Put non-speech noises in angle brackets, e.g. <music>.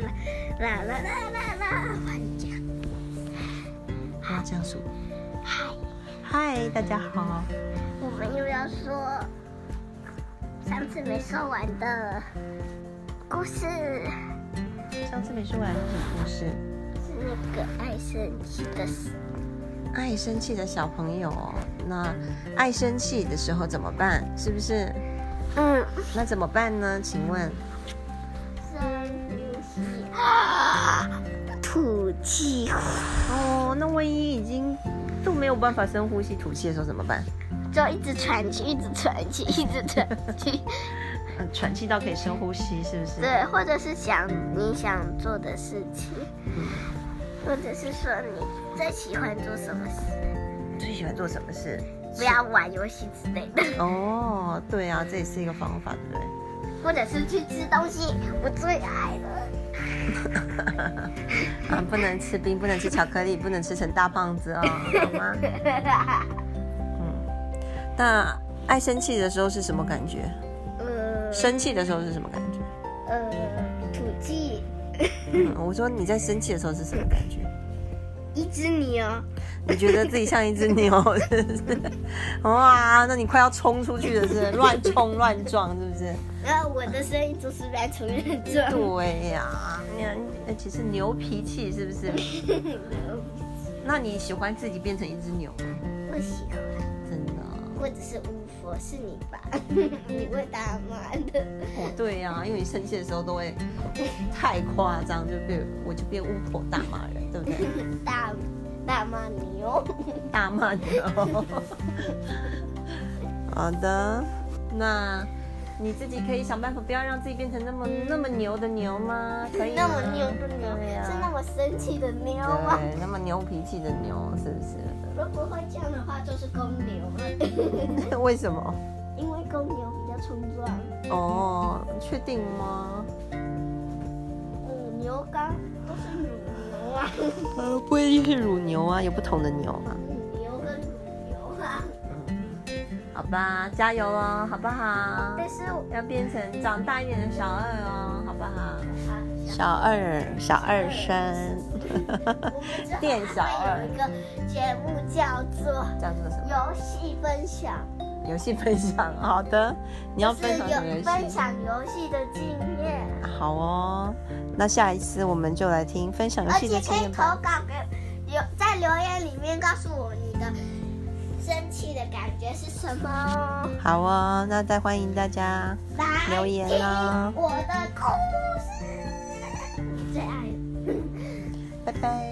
啦啦啦啦啦，玩家，要这样数。嗨，嗨，大家好。我们又要说上次没说完的故事，上次没说完是什么故事？是那个爱生气的事。爱生气的小朋友哦，那爱生气的时候怎么办？是不是？嗯，那怎么办呢？请问，深呼吸，啊吐气，哦，那万一已经都没有办法深呼吸吐气的时候怎么办？就一直喘气，一直喘气，一直喘气。嗯，喘气到可以深呼吸，是不是？对，或者是想你想做的事情，或者是说你最喜欢做什么事，最喜欢做什么事？不要玩游戏之类的， <laughs> 哦，对啊，这也是一个方法，对不对？或者是去吃东西，我最爱了。啊，不能吃冰，不能吃巧克力，不能吃成大胖子哦，好吗？嗯，那爱生气的时候是什么感觉？嗯生气的时候是什么感觉？呃，土鸡，嗯，我说你在生气的时候是什么感觉？一只牛，你觉得自己像一只牛， <laughs> 是不是？哇，那你快要冲出去了，是不是乱冲乱撞，是不是？然后我的声音总是被承认状。对呀、你看，而且是牛脾气，是不是？那你喜欢自己变成一只牛吗？不喜欢，真的啊、或者是巫婆是你吧？你会打骂的， <laughs> 哦，对呀、因为你生气的时候都会 <laughs> 太夸张，就被我就变巫婆大骂人，对不对？大大骂哦牛。大骂牛。 <laughs> 好的，那你自己可以想办法，不要让自己变成那么那么牛的牛吗？可以吗那么牛的牛，对呀、是那么生气的牛吗？对，那么牛脾气的牛，是不是？ <laughs> 如果会这样的话，就是公牛了，为什么？因为公牛比较冲撞。哦，确定吗？呃，牛肝都是乳牛啊， <laughs> 呃，不一定是乳牛啊，有不同的牛嘛。乳牛跟乳牛啊。好吧，加油哦，好不好？但是我要变成长大一点的小二哦，好不好？啊，小二，小二生，我们之后店小还二有一个节目叫做叫做什么？游戏分享，游戏分享，好的，你要哦分享什就么是游有分戏？享游戏的经验，好哦，那下一次我们就来听分享游而戏的且可经以验投吧。稿给留在留言里面告诉我你的生气的感觉是什么哦。好哦，那再欢迎大家来留言哦听我的故事，最爱。 <laughs> 拜拜。